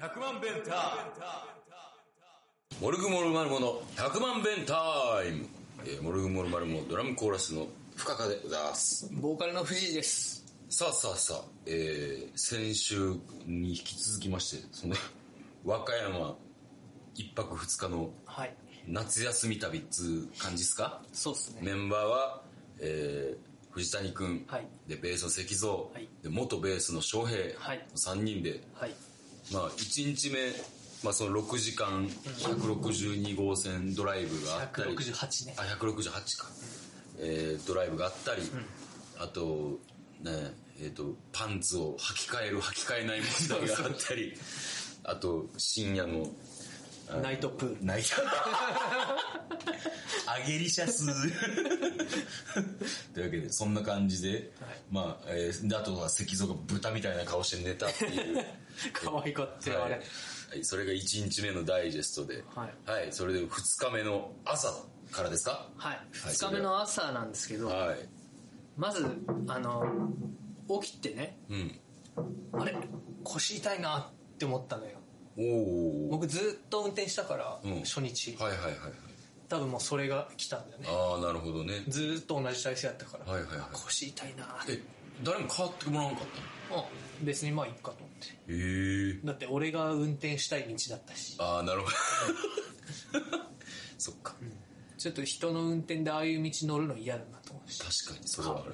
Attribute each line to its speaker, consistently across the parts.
Speaker 1: 100万弁タイムモルグモルマルモの100万弁タイム、えー、モルグモルマルモドラムコーラスの深川でございます
Speaker 2: ボーカルの藤井です。
Speaker 1: さあさあさあ、えー、先週に引き続きましてその和歌山一泊二日の
Speaker 2: はい。
Speaker 1: 夏休み旅っつう感じっすか
Speaker 2: そうっすね。
Speaker 1: メンバーは、えー藤谷くん、
Speaker 2: はい
Speaker 1: でベースの石像、
Speaker 2: はい
Speaker 1: で元ベースの翔平、
Speaker 2: はい
Speaker 1: 3人で、
Speaker 2: はい。
Speaker 1: まあ、1日目、まあ、その6時間162号線ドライブがあったり
Speaker 2: 168ね
Speaker 1: あ168か、えードライブがあったり、あとねえー、とパンツを履き替える履き替えない問題があったりあと深夜の
Speaker 2: ナイトプール。
Speaker 1: 泣いた。アゲリシャス。というわけで、そんな感じで、まあ、えーであとは石像が豚みたいな顔して寝たっていう。
Speaker 2: 可愛かったよ、あ
Speaker 1: はい
Speaker 2: れ。
Speaker 1: はいそれが1日目のダイジェストで、
Speaker 2: は
Speaker 1: それで2日目の朝からですか
Speaker 2: はい。2日目の朝なんですけど、
Speaker 1: はい。
Speaker 2: まず、あの、起きてね、
Speaker 1: うん。
Speaker 2: あれ腰痛いなって思ったのよ。
Speaker 1: おお。
Speaker 2: 僕ずっと運転したから、
Speaker 1: うん
Speaker 2: 初日。
Speaker 1: はいはいはいはい。
Speaker 2: 多分もうそれが来たんだよね。
Speaker 1: ああ、なるほどね。
Speaker 2: ずーっと同じ体勢やったから。
Speaker 1: はいはいはい
Speaker 2: 腰痛いなって。
Speaker 1: え、誰も変わってもらわなかったの
Speaker 2: うん別にまあいっかと思って。
Speaker 1: へえ
Speaker 2: だって俺が運転したい道だったし。
Speaker 1: ああ、なるほど。 そっか。
Speaker 2: ちょっと人の運転でああいう道乗るの嫌だなと思うし。
Speaker 1: 確かにそれはある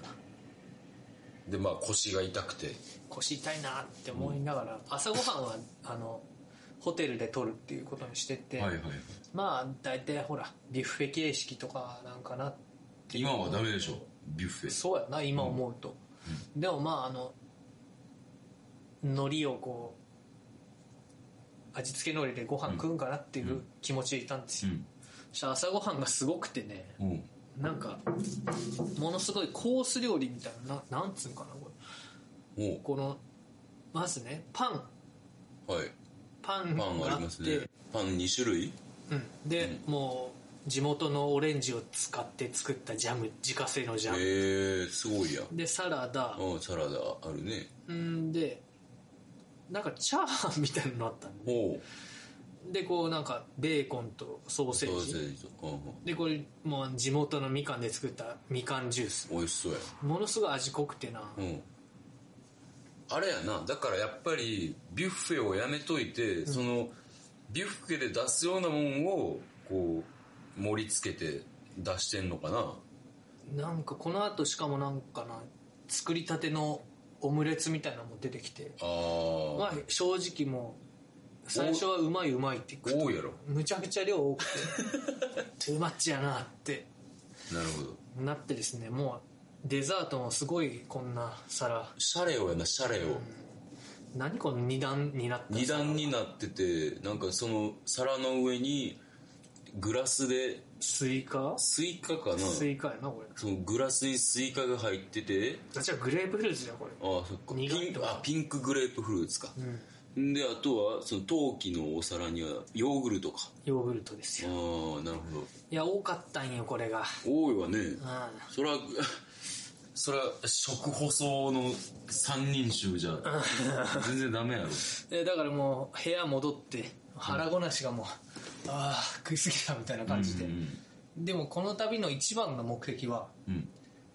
Speaker 1: でまあ腰が痛くて
Speaker 2: 腰痛いなって思いながら、朝ごはんはあのホテルで取るっていうことにしてて、
Speaker 1: い
Speaker 2: まあ大体ほらビュッフェ形式とかなんかな
Speaker 1: 今はダメでしょビュッフェ
Speaker 2: そうやな今思うと、でもまああの海苔をこう味付け海苔でご飯食うんかなっていう気持ちでいたんですよ、そしたら朝ごはんがすごくてね
Speaker 1: うんうん
Speaker 2: なんかものすごいコース料理みたいなななんつうんかなこれ
Speaker 1: おう
Speaker 2: このまずねパン
Speaker 1: はい
Speaker 2: パンが
Speaker 1: パンが
Speaker 2: あ
Speaker 1: ありま
Speaker 2: っ
Speaker 1: す
Speaker 2: て
Speaker 1: ねパン2種類
Speaker 2: うん、で、もう地元のオレンジを使って作ったジャム自家製のジャム、
Speaker 1: ええすごいや
Speaker 2: でサラダ
Speaker 1: うんサラダあるね
Speaker 2: うんでなんかチャーハンみたいなのあったんで
Speaker 1: おう
Speaker 2: でこうなんかベーコンとソーセ
Speaker 1: ソ
Speaker 2: ー
Speaker 1: ー
Speaker 2: ジ
Speaker 1: セージとかうんうん
Speaker 2: でこれもう地元のみかんで作ったみかんジュース
Speaker 1: 美味しそうや
Speaker 2: ものすごい味濃くてな、
Speaker 1: うんあれやなだからやっぱりビュッフェをやめといて、そのビュッフェで出すようなもんをこう盛り付けて出してんのかな
Speaker 2: なんかこの後しかもなんかな作りたてのオムレツみたいなのも出てきて
Speaker 1: ああ、
Speaker 2: まあ正直もう最初はうまいうまいって食って
Speaker 1: 多いやろ
Speaker 2: むちゃくちゃ量多 くてトゥーマッチやなって
Speaker 1: なるほど
Speaker 2: なってですねもうデザートもすごいこんな皿
Speaker 1: シャレをやなシャレを、
Speaker 2: 何この二段になった
Speaker 1: 二段になっててなんかその皿の上にグラスで
Speaker 2: スイカ
Speaker 1: スイカかな
Speaker 2: スイカやなこれ
Speaker 1: そのグラスにスイカが入ってて
Speaker 2: あじゃあグレープフルーツだよこれ
Speaker 1: ああそっか
Speaker 2: 苦
Speaker 1: ピ
Speaker 2: い
Speaker 1: ン
Speaker 2: とか
Speaker 1: あピンクグレープフルーツか、であとはその陶器のお皿にはヨーグルトか
Speaker 2: ヨーグルトです
Speaker 1: あ
Speaker 2: よ
Speaker 1: あなるほど
Speaker 2: いや多かったんよこれが
Speaker 1: 多いわね
Speaker 2: うん
Speaker 1: そら そら食細の三人衆 じゃ全然ダメやろ
Speaker 2: でだからもう部屋戻って腹ごなしがもう、ああ食いすぎたみたいな感じで、
Speaker 1: うん
Speaker 2: でもこの旅の一番の目的は
Speaker 1: うん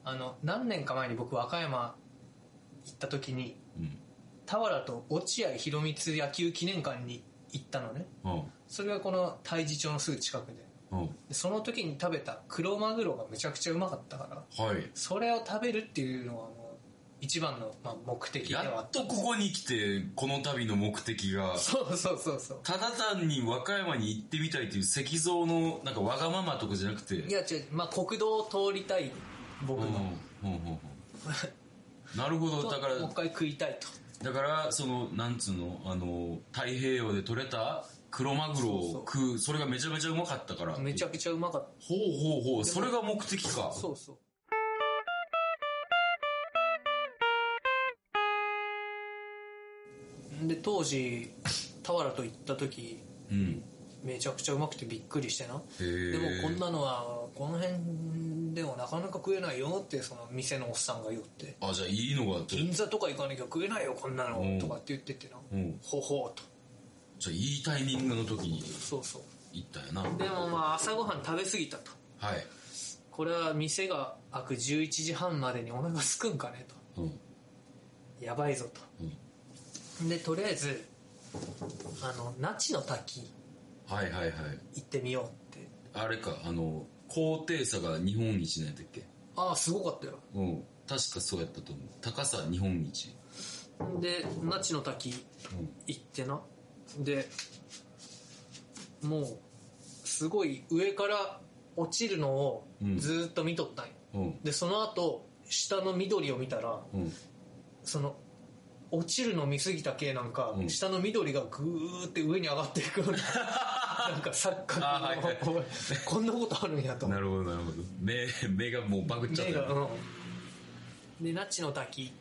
Speaker 2: あの何年か前に僕和歌山行った時に
Speaker 1: うん
Speaker 2: 田原と落合博満野球記念館に行ったのね
Speaker 1: うん
Speaker 2: それがこの太地町のすぐ近くで
Speaker 1: うん
Speaker 2: でその時に食べたクロマグロがめちゃくちゃうまかったから
Speaker 1: はい
Speaker 2: それを食べるっていうのはもう一番の、まあ、目的ではあ
Speaker 1: や
Speaker 2: っ
Speaker 1: ったとここに来て、この旅の目的が、
Speaker 2: そうそうそうそう
Speaker 1: ただ単に和歌山に行ってみたいという石像の、なんかわがままとかじゃなくて、
Speaker 2: いや違う、まあ、国道を通りたい僕
Speaker 1: うん、うん、
Speaker 2: の
Speaker 1: うん、うん。なるほど、だか
Speaker 2: もう
Speaker 1: ら
Speaker 2: 一、回食いたいと
Speaker 1: だから、その、なんつうの、あの、太平洋で取れた黒マグロを
Speaker 2: そう
Speaker 1: 食う、それがめちゃめちゃうまかったから。
Speaker 2: めちゃくちゃうまかっ
Speaker 1: ほうほうほう、それが目的か
Speaker 2: た。そうそうで当時田原と行った時
Speaker 1: うん。
Speaker 2: めちゃくちゃうまくてびっくりしてな
Speaker 1: へえ
Speaker 2: でもこんなのはこの辺でもなかなか食えないよってその店のおっさんが言って
Speaker 1: あ、じゃあいいのがあって
Speaker 2: 銀座とか行かなきゃ食えないよこんな
Speaker 1: うん
Speaker 2: のとかって言っててな
Speaker 1: うん
Speaker 2: ほほうと
Speaker 1: じゃあいいタイミングの時に
Speaker 2: そうそう
Speaker 1: 行ったんやな。
Speaker 2: でもまあ朝ごはん食べ過ぎたと
Speaker 1: はい。
Speaker 2: これは店が開く11時半までにお腹すくんかね
Speaker 1: うん。
Speaker 2: とやばいぞと
Speaker 1: うん。
Speaker 2: でとりあえずあの那智の滝
Speaker 1: はいはいはい。
Speaker 2: 行ってみようって
Speaker 1: あれか、あの、高低差が日本一なんやったっけ
Speaker 2: ああすごかったよ
Speaker 1: うん。確かそうやったと思う。高さ日本一。
Speaker 2: で那智の滝
Speaker 1: うん。
Speaker 2: 行ってなでもうすごい上から落ちるのを
Speaker 1: うん
Speaker 2: ずーっと見とったんよ、
Speaker 1: うん。
Speaker 2: でその後下の緑を見たら
Speaker 1: うん。
Speaker 2: その落ちるの見過ぎた系なんか、
Speaker 1: うん
Speaker 2: 下の緑がぐーって上に上がってい くようななんかサッカーの、
Speaker 1: あーはいはい
Speaker 2: こんなことあるんやと思って
Speaker 1: なるほどなるほど。目、目がもうバグっちゃっ
Speaker 2: 目
Speaker 1: た
Speaker 2: が、
Speaker 1: よね。
Speaker 2: うん。で、那智の滝行っ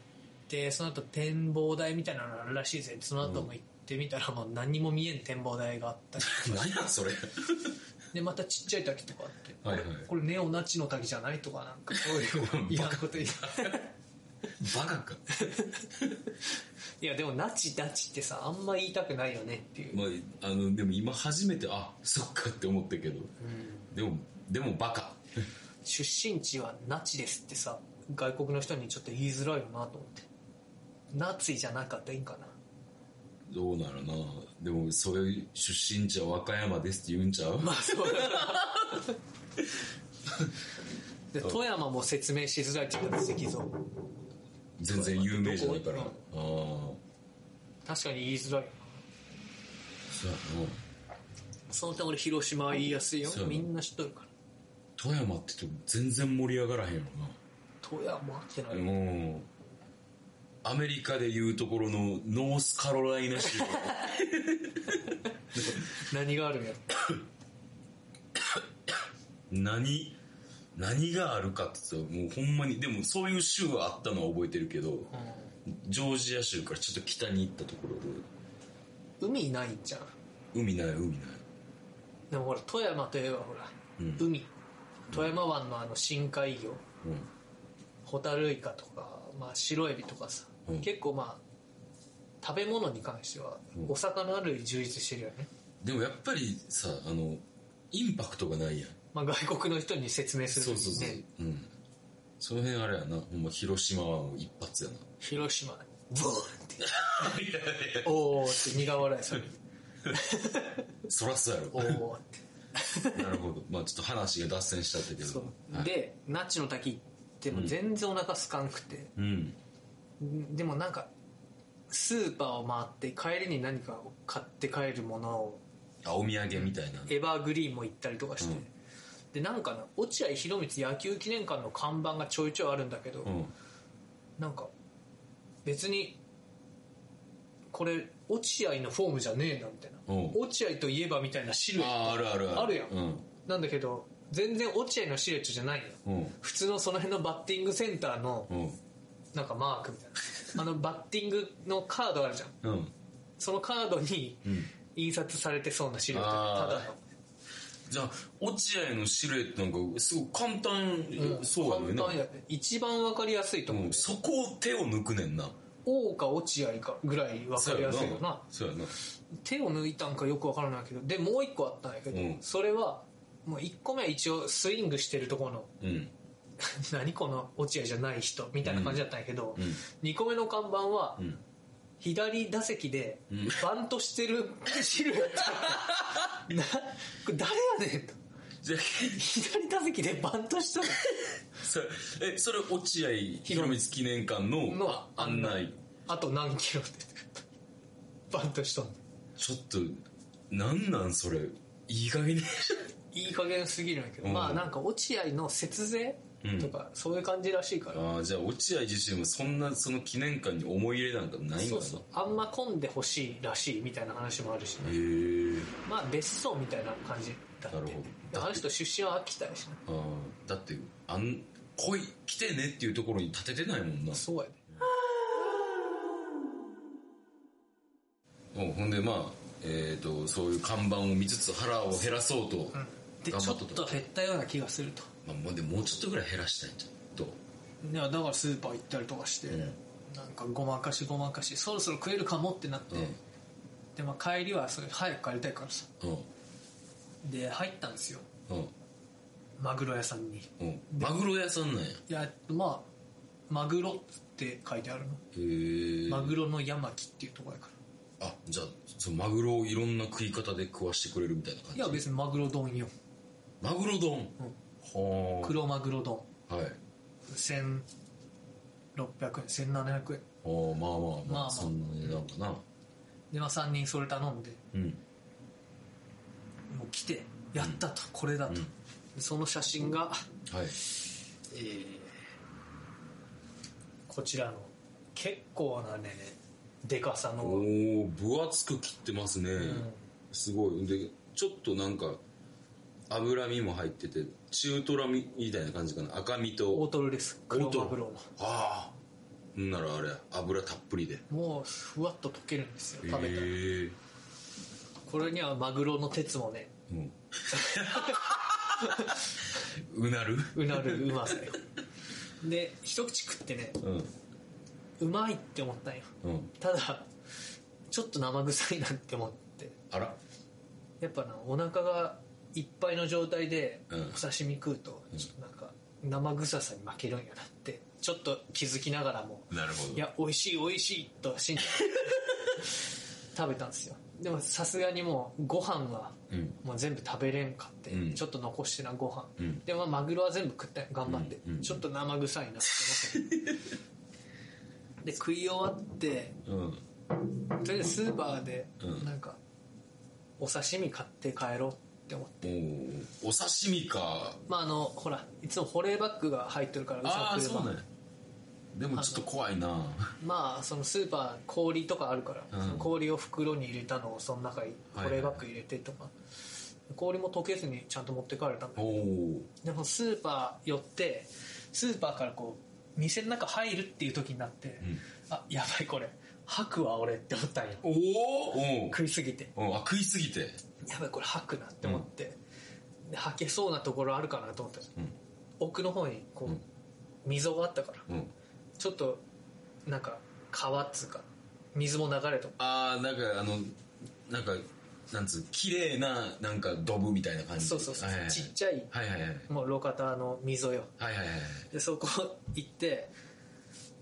Speaker 2: て、その後展望台みたいなのあるらしいぜ。その後も行ってみたら、もう何も見えん展望台があ ったり。
Speaker 1: 何やそれ。
Speaker 2: で、またちっちゃい滝とかあって。
Speaker 1: はいはい
Speaker 2: これネオ那智の滝じゃないとかなんか、そういういやこと言って
Speaker 1: バカか。
Speaker 2: いや、でも那智那智ってさ、あんま言いたくないよねっていう。
Speaker 1: まあ、あの、でも今初めて、あ、そっかって思ったけど。
Speaker 2: うん
Speaker 1: でも、でもバカ。
Speaker 2: 出身地は那智ですってさ、外国の人にちょっと言いづらいよなと思って。ナツイじゃなかったらいいんかな。
Speaker 1: どうなるなでも、そういう出身地は和歌山ですって言うんちゃう、
Speaker 2: まあそうで富山も説明しづらいって言った石像
Speaker 1: 全然有名じゃないから。あ
Speaker 2: ど
Speaker 1: あー。
Speaker 2: 確かに言いづらい
Speaker 1: そうやな
Speaker 2: その点俺広島は言いやすいよ
Speaker 1: そう
Speaker 2: みんな知っとるから
Speaker 1: 富山って言っても全然盛り上がらへんよ
Speaker 2: 富山ってな
Speaker 1: な。
Speaker 2: い
Speaker 1: もう、アメリカで言うところのノースカロライナ州。
Speaker 2: 何があるんやろ
Speaker 1: 何何があるかって言ったらもうほんまにでもそういう州はあったのは覚えてるけどジョージア州からちょっと北に行ったところで
Speaker 2: 海ないんじゃん
Speaker 1: 海ない海ない
Speaker 2: でもほら富山といえばほら、
Speaker 1: うん
Speaker 2: 海富山湾のあの深海魚
Speaker 1: う
Speaker 2: ホタルイカとか、まあ、白エビとかさ、
Speaker 1: うん
Speaker 2: 結構まあ食べ物に関しては
Speaker 1: うん
Speaker 2: お魚類充実してるよね、
Speaker 1: んでもやっぱりさあのインパクトがないやん
Speaker 2: まあ、外国の人に説明する
Speaker 1: そう
Speaker 2: とき
Speaker 1: そう
Speaker 2: に
Speaker 1: そう、
Speaker 2: ね
Speaker 1: うんその辺あれやなほんま広島はもう一発やな
Speaker 2: 広島ブーン っておーって苦笑いされる
Speaker 1: そらそうや
Speaker 2: お
Speaker 1: ろ
Speaker 2: ーって
Speaker 1: なるほどまあちょっと話が脱線しちゃったけ
Speaker 2: そ
Speaker 1: ど
Speaker 2: う、
Speaker 1: はい、
Speaker 2: で那智の滝行っても全然お腹すかんくて、
Speaker 1: うん
Speaker 2: でもなんかスーパーを回って帰りに何かを買って帰るものを
Speaker 1: あお土産みたいな
Speaker 2: エバーグリーンも行ったりとかして、
Speaker 1: うん
Speaker 2: でなんかな落合博満野球記念館の看板がちょいちょいあるんだけど、
Speaker 1: うん
Speaker 2: なんか別にこれ落合のフォームじゃねえなみたいな、
Speaker 1: うん
Speaker 2: 落合といえばみたいなシルエット
Speaker 1: あああるあるある
Speaker 2: あるやん
Speaker 1: うん
Speaker 2: なんだけど全然落合のシルエットじゃないよ
Speaker 1: うん
Speaker 2: 普通のその辺のバッティングセンターの
Speaker 1: うん
Speaker 2: なんかマークみたい なあのバッティングのカードあるじゃん
Speaker 1: うん
Speaker 2: そのカードに
Speaker 1: うん
Speaker 2: 印刷されてそうなシルエット
Speaker 1: あー
Speaker 2: ただの
Speaker 1: じゃあ、落合のシルエットなんか、すごい簡単、
Speaker 2: うん
Speaker 1: そうやのにな。
Speaker 2: 簡単やね一番わかりやすいと思う、
Speaker 1: うんそこを手を抜くねんな。
Speaker 2: 王か落合かぐらいわかりやすいよな
Speaker 1: そうやな。
Speaker 2: 手を抜いたんかよくわからないけどでもう一個あったんやけど、
Speaker 1: うん
Speaker 2: それはもう一個目は一応スイングしてるところの
Speaker 1: うん。
Speaker 2: 何この落合じゃない人みたいな感じだったんやけど、
Speaker 1: うん
Speaker 2: 二個目の看板は
Speaker 1: うん。
Speaker 2: 左打席で
Speaker 1: うん
Speaker 2: バントしてるシルエッ トなこれ誰やねんと
Speaker 1: じゃあ、
Speaker 2: 左打席でバントした
Speaker 1: それ、え、それ落合博満記念館の
Speaker 2: の
Speaker 1: あ案内。
Speaker 2: あと何キロってバントしたんだ
Speaker 1: ちょっと、なんなんそれ。意外ね。
Speaker 2: いい加減すぎるんやけど、
Speaker 1: うん
Speaker 2: まあなんか落合の節税とかそういう感じらしいから、
Speaker 1: ああ、じゃあ落合自身もそんな、その記念館に思い入れなんかないんか
Speaker 2: そ
Speaker 1: な。
Speaker 2: うそうあんま混んでほしいらしいみたいな話もあるし、
Speaker 1: へえ。
Speaker 2: まあ別荘みたいな感じだって
Speaker 1: なるほど
Speaker 2: あの人出身は秋田やしな
Speaker 1: ああ、だって、あん、来い、来てねっていうところに立ててないもんな。
Speaker 2: そうやで
Speaker 1: うんほんでまあ、えー、とそういう看板を見つつ腹を減らそうと
Speaker 2: で
Speaker 1: 頑
Speaker 2: ち
Speaker 1: 張
Speaker 2: ょ
Speaker 1: っ
Speaker 2: っ
Speaker 1: とった
Speaker 2: と減ったような気がすると
Speaker 1: まあ、もうでももうちょっとぐらい減らしたいんじゃんどう
Speaker 2: いやだからスーパー行ったりとかして、
Speaker 1: うん
Speaker 2: なんかごまかしごまかしそろそろ食えるかもってなって、
Speaker 1: うん
Speaker 2: でまあ、帰りはそれ早く帰りたいからさ
Speaker 1: う
Speaker 2: で入ったんですよ
Speaker 1: んうん
Speaker 2: マグロ屋さんにい
Speaker 1: うんマグロ屋さんなんやへ
Speaker 2: やまあマグロって書いてあるの、
Speaker 1: え
Speaker 2: マグロの山木っていうところやから
Speaker 1: あじゃあそのマグロをいろんな食い方で食わしてくれるみたいな感
Speaker 2: い
Speaker 1: じ
Speaker 2: や別にマグロ丼よ
Speaker 1: マグロ丼、は
Speaker 2: 黒マグロ丼
Speaker 1: あはいは
Speaker 2: 1600円1700
Speaker 1: あ
Speaker 2: 円
Speaker 1: まあまあまあ、
Speaker 2: まあまあ
Speaker 1: そんな値段かな
Speaker 2: でまあ3人それ頼んで
Speaker 1: うん
Speaker 2: もう来てやったと、これだと、その写真が、
Speaker 1: はい
Speaker 2: えーこちらの結構なねでかさの、うん
Speaker 1: おお分厚く切ってますね、すごいでちょっとなんか脂身も入ってて中トラみみたいな感じかな赤身と
Speaker 2: 大トロです黒マグロ
Speaker 1: ああんならあれ油たっぷりで
Speaker 2: のもうふわっと溶けるんですよ食べたら、
Speaker 1: へえ
Speaker 2: これにはマグロの鉄もね
Speaker 1: うん うなる
Speaker 2: うなるうまさよ で一口食ってね
Speaker 1: うん
Speaker 2: うまいって思ったんよ
Speaker 1: うん
Speaker 2: ただちょっと生臭いなって思って
Speaker 1: あら
Speaker 2: やっぱなお腹がいっぱいの状態でお
Speaker 1: うん
Speaker 2: 刺身食うと、ちょっとなんか生臭さに負けるんやなってちょっと気づきながらも
Speaker 1: なるほど
Speaker 2: いや美味しい美味しいと 信じて食べたんですよでもさすがにもうご飯が
Speaker 1: うん
Speaker 2: もう全部食べれんかって、
Speaker 1: うん
Speaker 2: ちょっと残してなご飯、
Speaker 1: うん
Speaker 2: でもマグロは全部食ったよ頑張って、
Speaker 1: うんうん
Speaker 2: ちょっと生臭いなって 思ってで食い終わって
Speaker 1: うん
Speaker 2: とりあえずスーパーで
Speaker 1: うん
Speaker 2: なんかお刺身買って帰ろうって思って
Speaker 1: おーお刺身か
Speaker 2: まああのほらいつも保冷バッグが入ってるからうちの
Speaker 1: ああ
Speaker 2: 車
Speaker 1: そうねでもちょっと怖いな
Speaker 2: まあそのスーパー氷とかあるから、
Speaker 1: うん
Speaker 2: その氷を袋に入れたのをその中に
Speaker 1: はい
Speaker 2: 保冷バッグ入れてとか、氷も溶けずにちゃんと持って帰れたんだけ
Speaker 1: お
Speaker 2: ど
Speaker 1: お
Speaker 2: でもスーパー寄ってスーパーからこう店の中入るっていう時になって、
Speaker 1: ん
Speaker 2: あやばいこれ吐くわ俺って思ったんよ
Speaker 1: おお
Speaker 2: 食いすぎて
Speaker 1: うんあ食いすぎて
Speaker 2: やばいこれ吐くなって思って、で吐けそうなところあるかなと思ったら、
Speaker 1: うん
Speaker 2: 奥の方にこう、
Speaker 1: うん
Speaker 2: 溝があったから
Speaker 1: うん
Speaker 2: ちょっとなんか川っつうか水も流れと
Speaker 1: ああなんかあのなんかなんつう綺麗ななんかドブみたいな感じ
Speaker 2: そうそうそう、
Speaker 1: はいはいはい
Speaker 2: ちっちゃい
Speaker 1: はいはいはい
Speaker 2: もう路肩の溝よ
Speaker 1: はいはいはい
Speaker 2: でそこ行って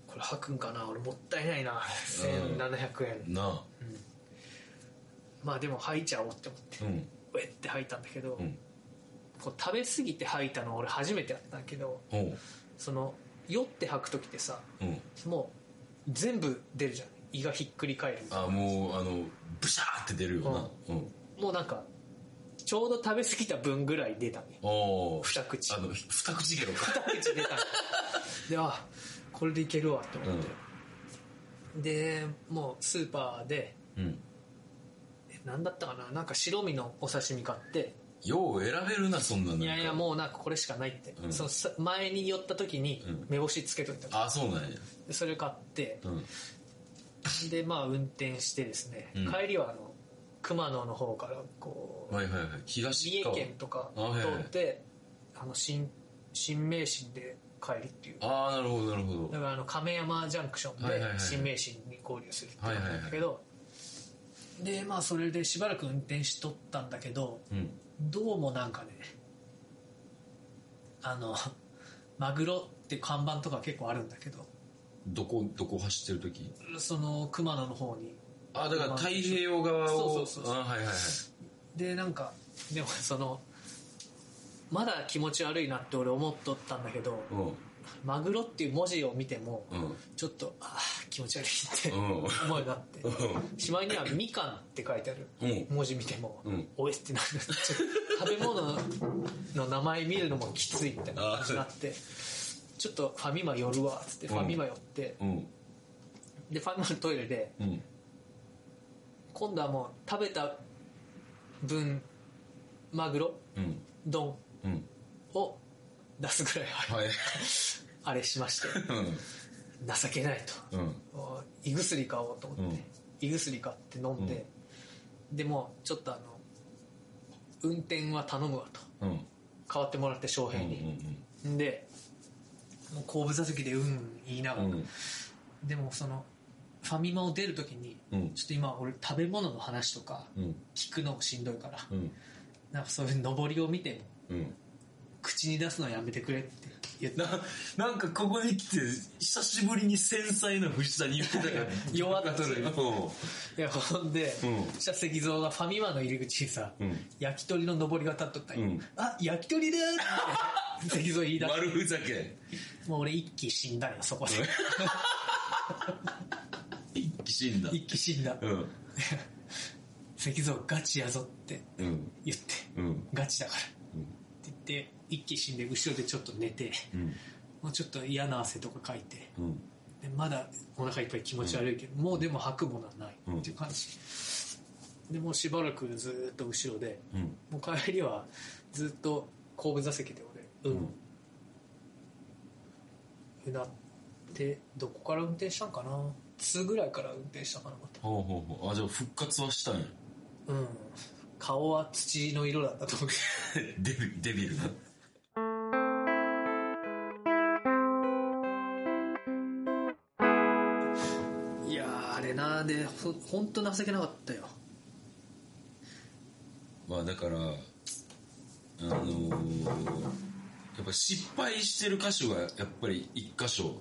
Speaker 2: これ吐くんかな俺もったいないな
Speaker 1: うん
Speaker 2: 1700円、
Speaker 1: なあ
Speaker 2: まあでも吐いちゃおうって思って
Speaker 1: うん
Speaker 2: ウェって吐いたんだけど、
Speaker 1: うん
Speaker 2: こう食べ過ぎて吐いたの俺初めてやったんだけど
Speaker 1: おう
Speaker 2: その酔って吐く時ってさ
Speaker 1: うん
Speaker 2: もう全部出るじゃん胃がひっくり返るみたい
Speaker 1: あもうあのブシャーって出るよなうん
Speaker 2: なもうなんかちょうど食べ過ぎた分ぐらい出たね
Speaker 1: おお
Speaker 2: 二口
Speaker 1: あの二口ゲロか
Speaker 2: 二口出たのであこれでいけるわと思って、でもうスーパーで
Speaker 1: うん
Speaker 2: え何だったかななんか白身のお刺身買って
Speaker 1: よう選べるなそんなの
Speaker 2: いやいやもうなんかこれしかないって、
Speaker 1: うん
Speaker 2: そのさ前に寄った時に
Speaker 1: うん
Speaker 2: 目星つけといたの、
Speaker 1: あそうなんや
Speaker 2: でそれ買って
Speaker 1: うん
Speaker 2: でまあ運転してですね、
Speaker 1: うん
Speaker 2: 帰りはあの熊野の方からこう
Speaker 1: はいはいはい
Speaker 2: 三
Speaker 1: 東
Speaker 2: 重
Speaker 1: 川
Speaker 2: 県とか
Speaker 1: あはいはい
Speaker 2: 通ってあの新新名神で帰るっていう
Speaker 1: ああなるほどなるほ
Speaker 2: だ
Speaker 1: ど
Speaker 2: からあの亀山ジャンクション
Speaker 1: はい
Speaker 2: で
Speaker 1: はいはい
Speaker 2: 新名神に合流するってことなんだけどでまあそれでしばらく運転しとったんだけど
Speaker 1: うん
Speaker 2: どうもなんかねあのマグロって看板とか結構あるんだけど
Speaker 1: どこどこ走ってる時
Speaker 2: その熊野の方に
Speaker 1: あだから太平洋側を
Speaker 2: そうそうそう
Speaker 1: あはいはいはい
Speaker 2: でなんかでもそのまだ気持ち悪いなって俺思っとったんだけど
Speaker 1: う
Speaker 2: マグロっていう文字を見ても
Speaker 1: んうん
Speaker 2: ちょっとあー気持ち悪いって
Speaker 1: うん
Speaker 2: 思いになって
Speaker 1: う
Speaker 2: しまいには「みかん」って書いてある
Speaker 1: うん
Speaker 2: 文字見ても
Speaker 1: うん
Speaker 2: 「おえ」ってなるちょっと食べ物の名前見るのもきついみたいな感じになってちょっとファミマ寄るわっつってファミマ寄って
Speaker 1: うん
Speaker 2: でファミマのトイレで
Speaker 1: うん
Speaker 2: 今度はもう食べた分マグロ
Speaker 1: うん
Speaker 2: 丼
Speaker 1: うん
Speaker 2: を出すぐらい
Speaker 1: はい
Speaker 2: あれしまして
Speaker 1: う
Speaker 2: 情けない
Speaker 1: んうん
Speaker 2: とお胃薬買おうと思って、胃薬買って飲んで、でもうちょっとあの運転は頼むわと
Speaker 1: うん。
Speaker 2: 代わってもらって翔平に、でもう後部座席でうん言いなが
Speaker 1: う
Speaker 2: ら、
Speaker 1: ん。うん。
Speaker 2: でもそのファミマを出るときに
Speaker 1: うん。
Speaker 2: ちょっと今俺食べ物の話とか
Speaker 1: うん。
Speaker 2: 聞くのもしんどいから
Speaker 1: うん。
Speaker 2: なんかそういう上りを見ても
Speaker 1: うん。
Speaker 2: 口に出すのはやめてくれって言って
Speaker 3: ななんかここに来て久しぶりに繊細な藤田に言ってたから
Speaker 2: 弱っ
Speaker 3: かったる
Speaker 2: いやほんで、
Speaker 1: うん
Speaker 2: そしたら石像がファミマの入り口にさ、
Speaker 1: うん
Speaker 2: 焼き鳥の上りが立っとったんよ
Speaker 1: うん
Speaker 2: あ焼き鳥だーって石像言い出し
Speaker 1: 悪ふざけ。
Speaker 2: てもう俺一気死んだよそこで
Speaker 3: 一気死んだ
Speaker 2: 一気死んだ
Speaker 1: うん。
Speaker 2: 石像ガチやぞって
Speaker 1: うん。
Speaker 2: 言って、
Speaker 1: うん。
Speaker 2: ガチだから、
Speaker 1: うん
Speaker 2: って言って一気死んで後ろでちょっと寝て
Speaker 1: うん。
Speaker 2: もうちょっと嫌な汗とかかいて
Speaker 1: うん。
Speaker 2: でまだお腹いっぱい気持ち悪いけど、もうでも吐くものはないっていう感じ、でもうしばらくずーっと後ろで
Speaker 1: うん。
Speaker 2: もう帰りはずっと後部座席で俺うん、うなってどこから運転したんかな2ぐらいから運転したかなま
Speaker 3: ほうほうほうあじゃあ復活はしたんや
Speaker 2: たうん顔は土の色だったと思うけど
Speaker 3: デビデビルな
Speaker 2: いやーあれなでほほんと情けなかったよ
Speaker 1: まあだから、あのーやっぱ失敗してる箇所がやっぱり一箇所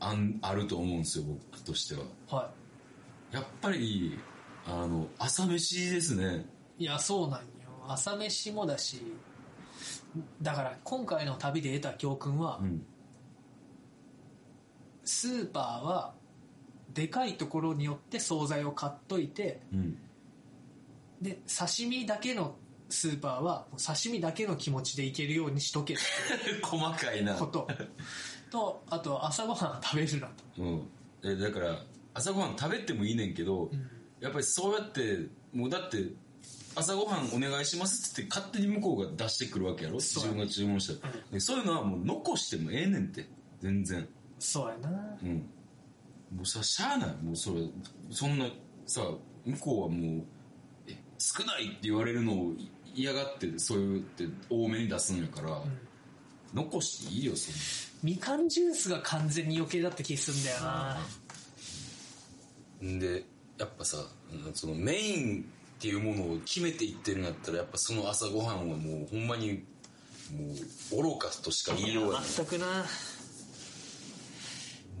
Speaker 1: あんあると思うんですよ、僕としては。
Speaker 2: は
Speaker 1: やっぱり、あの、朝飯ですね。
Speaker 2: いいやそうなんよ朝飯もだしだから今回の旅で得た教訓は、
Speaker 1: ん。
Speaker 2: スーパーはでかいところによって惣菜を買っといて
Speaker 1: うん。
Speaker 2: で刺身だけのスーパーはもう刺身だけの気持ちでいけるようにしとけって
Speaker 3: 細かいな
Speaker 2: こと とあと朝ごはんは食べるなと、
Speaker 1: うん。えだから、朝ごはん食べてもいいねんけど、やっぱりそうやって、もうだって、朝ごはんお願いしますって言って勝手に向こうが出してくるわけやろ
Speaker 2: そう
Speaker 1: 自
Speaker 2: や
Speaker 1: 分が注文したら、でそういうのはもう残してもええねんって。全然。
Speaker 2: そうやな
Speaker 1: うん。もうさ、しゃあない。もうそれ、そんな、さ、向こうはもう、え少ないって言われるのを嫌がって、そういうって多めに出すんやから、残していいよ、そんな。
Speaker 2: みかんジュースが完全に余計だった気すんだよな
Speaker 1: でやっぱさうんそのメインっていうものを決めていってるんやったらやっぱその朝ごはんはもうほんまにもう愚かとしか言いようがな
Speaker 2: 全くな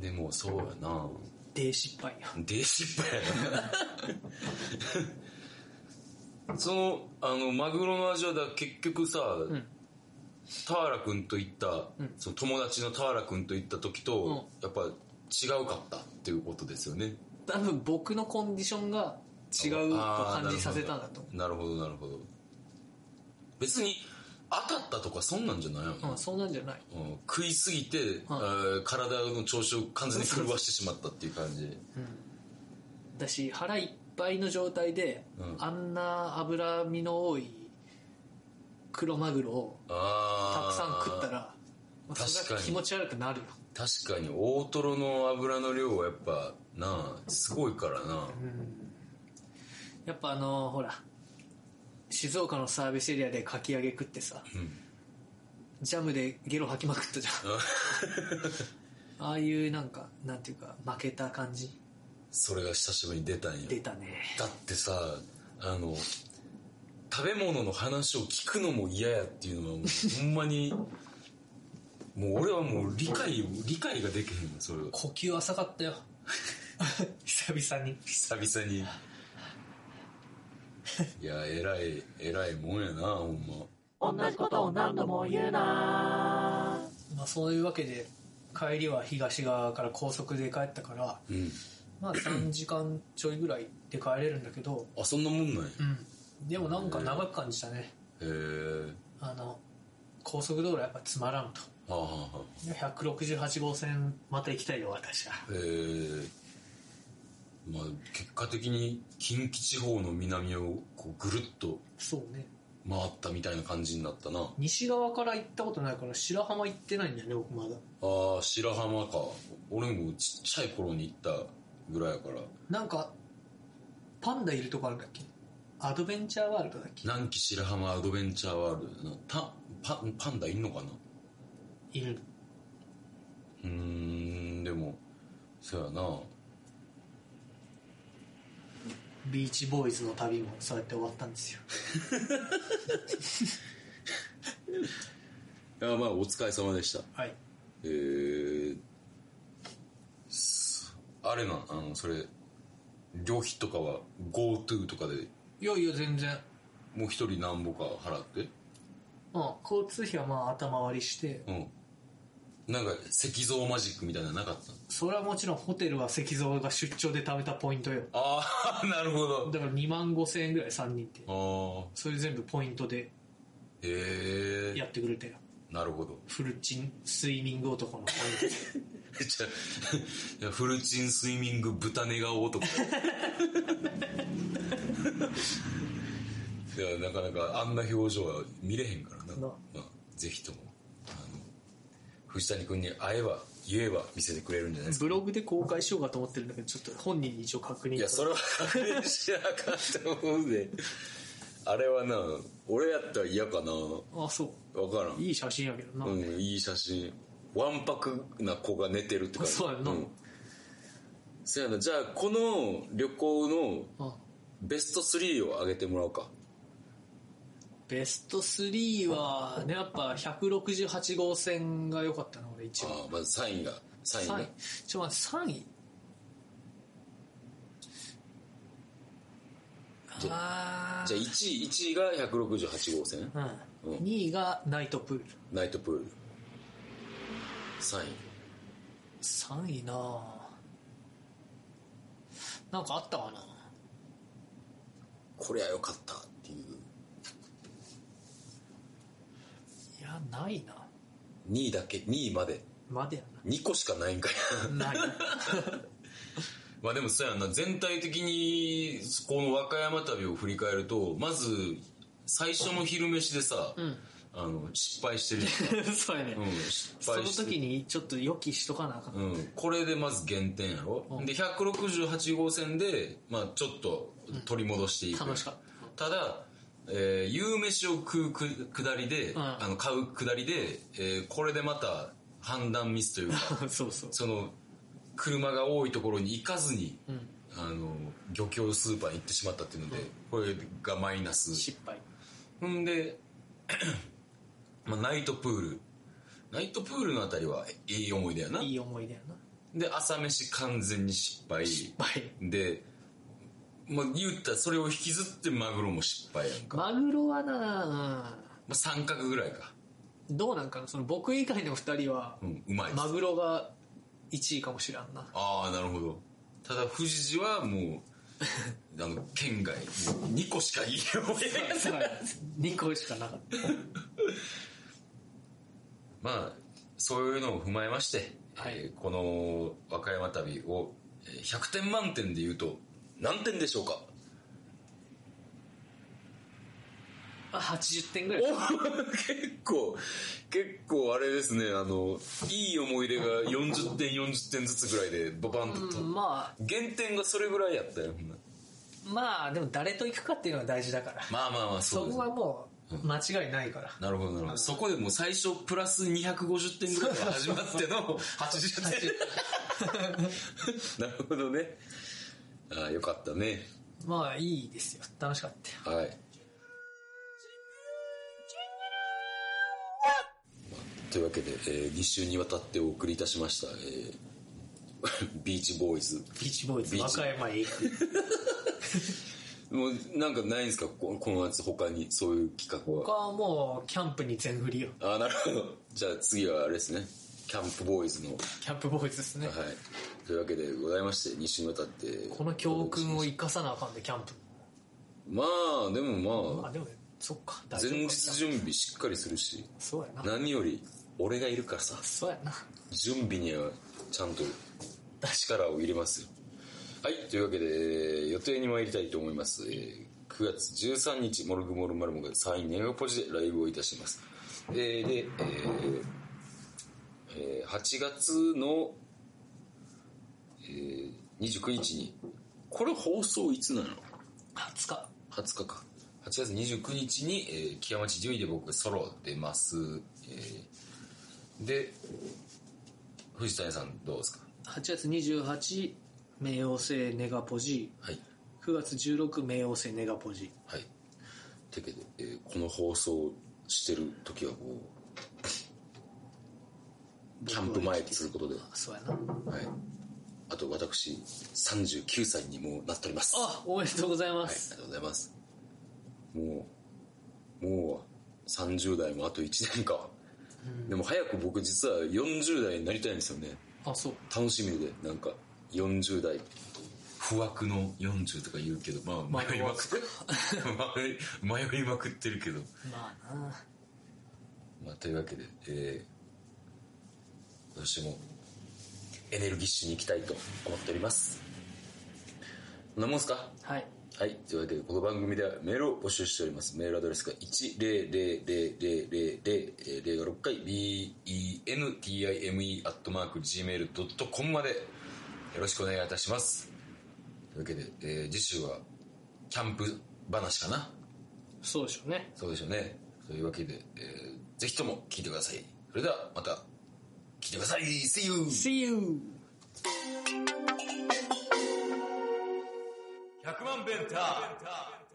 Speaker 2: い
Speaker 1: でもそうやな
Speaker 2: で失敗よ
Speaker 1: で失敗やなそのあのマグロの味はだ結局さ、
Speaker 2: ん
Speaker 1: 田原君と行った、
Speaker 2: ん
Speaker 1: その友達の田原君と行った時と、やっぱ違うかったっていうことですよね
Speaker 2: 多分僕のコンディションが違うと感じさせたんだと思
Speaker 1: なるほどなるほど別に当たったとかそんなんじゃないよ
Speaker 2: う、
Speaker 1: な
Speaker 2: うん、そうなんじゃない
Speaker 1: うん食いすぎて、あー体の調子を完全に狂わしてしまったっていう感じ
Speaker 2: だし腹いっぱいの状態で、
Speaker 1: うん
Speaker 2: あんな脂身の多い黒マグロをた
Speaker 1: あ
Speaker 2: くさん
Speaker 1: あ
Speaker 2: 食ったらまあ
Speaker 1: 確かに
Speaker 2: それは気持ち悪くなるよ
Speaker 1: 確かに大トロの油の量はやっぱなあすごいからな
Speaker 2: やっぱあのーほら静岡のサービスエリアでかき揚げ食ってさ、ジャムでゲロ吐きまくったじゃん ああいうなんかなんていうか負けた感じ
Speaker 1: それが久しぶりに出たんや
Speaker 2: 出たね
Speaker 1: だってさあの食べ物の話を聞くのも嫌やっていうのはもうほんまに もう俺はもう理解を理解ができへんのそれは
Speaker 2: 呼吸浅かったよ 久々に
Speaker 1: 久々にいや偉い偉いもんやなほんま
Speaker 4: 同じことを何度も言うな
Speaker 2: まあそういうわけで帰りは東側から高速で帰ったから
Speaker 1: うん
Speaker 2: まあ3時 間ちょいぐらいで帰れるんだけど
Speaker 1: あそんなもんなんや
Speaker 2: うんでもなんか長く感じたね
Speaker 1: へえ
Speaker 2: あの高速道路やっぱつまらんと
Speaker 1: はあ、はあは
Speaker 2: で168号線また行きたいよ私は
Speaker 1: あ、へえまあ結果的に近畿地方の南をこうぐるっと
Speaker 2: そうね
Speaker 1: 回ったみたいな感じになったな
Speaker 2: 西側から行ったことないから白浜行ってないんだよね僕まだ
Speaker 1: ああ白浜か俺もちっちゃい頃に行ったぐらいやから
Speaker 2: なんかパンダいるとこあるんだっけアドベンチャーワールドだっけ
Speaker 1: 南紀白浜アドベンチャーワールドなたパパンダいんのかない
Speaker 2: る
Speaker 1: うーんでもそうやな
Speaker 2: ビーチボーイズの旅もそうやって終わったんですよ
Speaker 1: いやまあお疲れ様でした
Speaker 2: はい
Speaker 1: えー、すあれなんあのそれ旅費とかは GoTo とかで
Speaker 2: いやいや全然
Speaker 1: もう一人なんぼか払って
Speaker 2: うん交通費はまあ頭割りして
Speaker 1: うんなんか石像マジックみたいなのなかった
Speaker 2: それはもちろんホテルは石像が出張で貯めたポイントよ
Speaker 1: ああ なるほど
Speaker 2: だから2万5千円ぐらい3人って
Speaker 1: ああ
Speaker 2: それ全部ポイントで
Speaker 1: へえ
Speaker 2: やってくれたよ
Speaker 1: なるほど
Speaker 2: フルチンスイミング男のポイント
Speaker 1: じゃあ いやフルチンスイミング豚寝顔男いやなかなかあんな表情は見れへんからな、
Speaker 2: な
Speaker 1: まあ、ぜひともあの藤谷君に会えば言えば見せてくれるんじゃないですか
Speaker 2: ブログで公開しようかと思ってるんだけどちょっと本人に一応確認
Speaker 1: いやそれは確認しなかったもんであれはな俺やったら嫌かな
Speaker 2: あそう
Speaker 1: 分からん
Speaker 2: いい写真やけどな、
Speaker 1: うん、いい写真わんぱくな子が寝てるって感じ
Speaker 2: そうやんなん
Speaker 1: そやなじゃあこの旅行の
Speaker 2: うん
Speaker 1: ベスト3を上げてもらおうか
Speaker 2: ベスト3はねやっぱ168号線が良かったな俺一
Speaker 1: あ
Speaker 2: 番
Speaker 1: あまず3位が3位
Speaker 2: 3
Speaker 1: ね
Speaker 2: 位ちょっと待って3位
Speaker 1: じゃ
Speaker 2: あ
Speaker 1: じゃあ1位1位が168号線
Speaker 2: あ、うん
Speaker 1: うん
Speaker 2: 2位がナイトプール
Speaker 1: ナイトプール3位
Speaker 2: 3位なあなんかあったかな
Speaker 1: これは良かったっていう
Speaker 2: いやないな
Speaker 1: 2位だけ2位まで
Speaker 2: までや
Speaker 1: 2個しかないんかい
Speaker 2: なない
Speaker 1: まあでもそうやな全体的にこの和歌山旅を振り返るとまず最初の昼飯でさ、
Speaker 2: ん
Speaker 1: あの失敗してるやん
Speaker 2: そうやね、
Speaker 1: うん、失
Speaker 2: そ
Speaker 1: 敗
Speaker 2: の
Speaker 1: して
Speaker 2: 時にちょっと予期しとかなあかん、
Speaker 1: うん、これでまず減点やろ、
Speaker 2: うん
Speaker 1: で168号線で、まあ、ちょっと取り戻していく、
Speaker 2: 楽しかった
Speaker 1: だ、えー夕飯を食うく下りで、
Speaker 2: ん
Speaker 1: あの買う下りで、えーこれでまた判断ミスというか
Speaker 2: た そうそう
Speaker 1: その車が多いところに行かずに、
Speaker 2: ん
Speaker 1: あの漁協スーパーに行ってしまったっていうので、これがマイナス
Speaker 2: 失敗
Speaker 1: ほんで、 まあ、ナイトプール。ナイトプールのあたりはえいい思い出やな。
Speaker 2: いい思い出やな
Speaker 1: で、朝飯完全に失敗。
Speaker 2: 失敗
Speaker 1: で、まあ、言ったらそれを引きずってマグロも失敗やんか。ま
Speaker 2: マグロはな、
Speaker 1: あ、三角ぐらいか。
Speaker 2: うん、どうなんかなその僕以外の二人は
Speaker 1: うん、うまいです。
Speaker 2: マグロが1位かもしらん な
Speaker 1: ああ、なるほど。ただ、富士寺はもう、 あの、県外、2個しかいい思い出がない
Speaker 2: 2個しかなかった
Speaker 1: まあ、そういうのを踏まえまして、
Speaker 2: はい
Speaker 1: えーこの和歌山旅をえー100点満点で言うと何点でしょうか
Speaker 2: あ80点ぐらい
Speaker 1: お結構、結構あれですね、あの、いい思い出が40点40点ずつぐらいでババンとと、
Speaker 2: うんま
Speaker 1: 減点がそれぐらいやったよ、ほんなら
Speaker 2: あまあでも誰と行くかっていうのは大事だから
Speaker 1: まあまあまあ、
Speaker 2: そ
Speaker 1: そうです
Speaker 2: こ
Speaker 1: ね
Speaker 2: は。もう間違いないから
Speaker 1: なるほど、なるほど。そこでもう最初プラス250点ぐらいから始まって の80点。なるほどね。ああ、よかったね。
Speaker 2: まあいいですよ楽しかったよ
Speaker 1: はい。というわけで、え2週にわたってお送りいたしました、えー ビーチボーイズ。
Speaker 2: ビーチボーイズ
Speaker 1: ビー
Speaker 2: 和
Speaker 1: チ
Speaker 2: 歌山へ行く
Speaker 1: もうなんかないんですかここのやつ他にそういう企画
Speaker 2: 僕
Speaker 1: は。
Speaker 2: はもうキャンプに全振りよ
Speaker 1: ああ、なるほど。じゃあ次はあれですね。キャンプボーイズの。は
Speaker 2: キャンプボーイズですね
Speaker 1: い。というわけでございまして、2週にわたって。
Speaker 2: この教訓を生かさなあかんでキャンプ
Speaker 1: まあ、でも
Speaker 2: ま
Speaker 1: ま
Speaker 2: あ
Speaker 1: あ、
Speaker 2: でもそっか大丈夫
Speaker 1: 前
Speaker 2: か
Speaker 1: 日準備しっかりするし、
Speaker 2: そうやな
Speaker 1: 何より俺がいるからさ。
Speaker 2: そうやな
Speaker 1: 準備にはちゃんと力を入れますよ。はい、というわけで、えー予定に参りたいと思います。えー9月13日、モルグモルマルモがサインネガポジでライブをいたします。えーで、えーえー8月の、えー29日に、これ放送いつなの
Speaker 2: 20日
Speaker 1: 20日か8月29日に、えー、木屋町獣医で僕ソロ出ます、えーで藤谷さんどうですか
Speaker 2: 8月28冥王星ネガポジ
Speaker 1: はい
Speaker 2: 9月16冥王星ネガポジ
Speaker 1: はいてけで、えーこの放送してる時はこうキャンプ前ということで、は、
Speaker 2: そうやない
Speaker 1: あと私39歳にもうなっております
Speaker 2: あおめでとうございま
Speaker 1: はい、あり
Speaker 2: す、
Speaker 1: がとうございます。もう、もう30代もあと1年か。でも早く僕実は40代になりたいんですよね。
Speaker 2: あそう
Speaker 1: 楽しみで、なんか40代。不惑の40とか言うけど、ま
Speaker 2: ま
Speaker 1: あ
Speaker 2: あ
Speaker 1: 迷いまくって、迷い迷いまくってるけど。
Speaker 2: まあな
Speaker 1: まあというわけで、えー、どうしてもエネルギッシュに行きたいと思っております。こんなもんすか
Speaker 2: はい
Speaker 1: はい。というわけで、この番組ではメールを募集しております。メールアドレスが10000000、えー0が6回、bentime.gmail.com までよろしくお願いいたします。というわけで、えー次週はキャンプ話かな
Speaker 2: そうでしょうね
Speaker 1: そうでしょうね。というわけで、えーぜひとも聞いてください。それでは、また、聞いてください。See you!
Speaker 2: See you
Speaker 1: 100万ベンター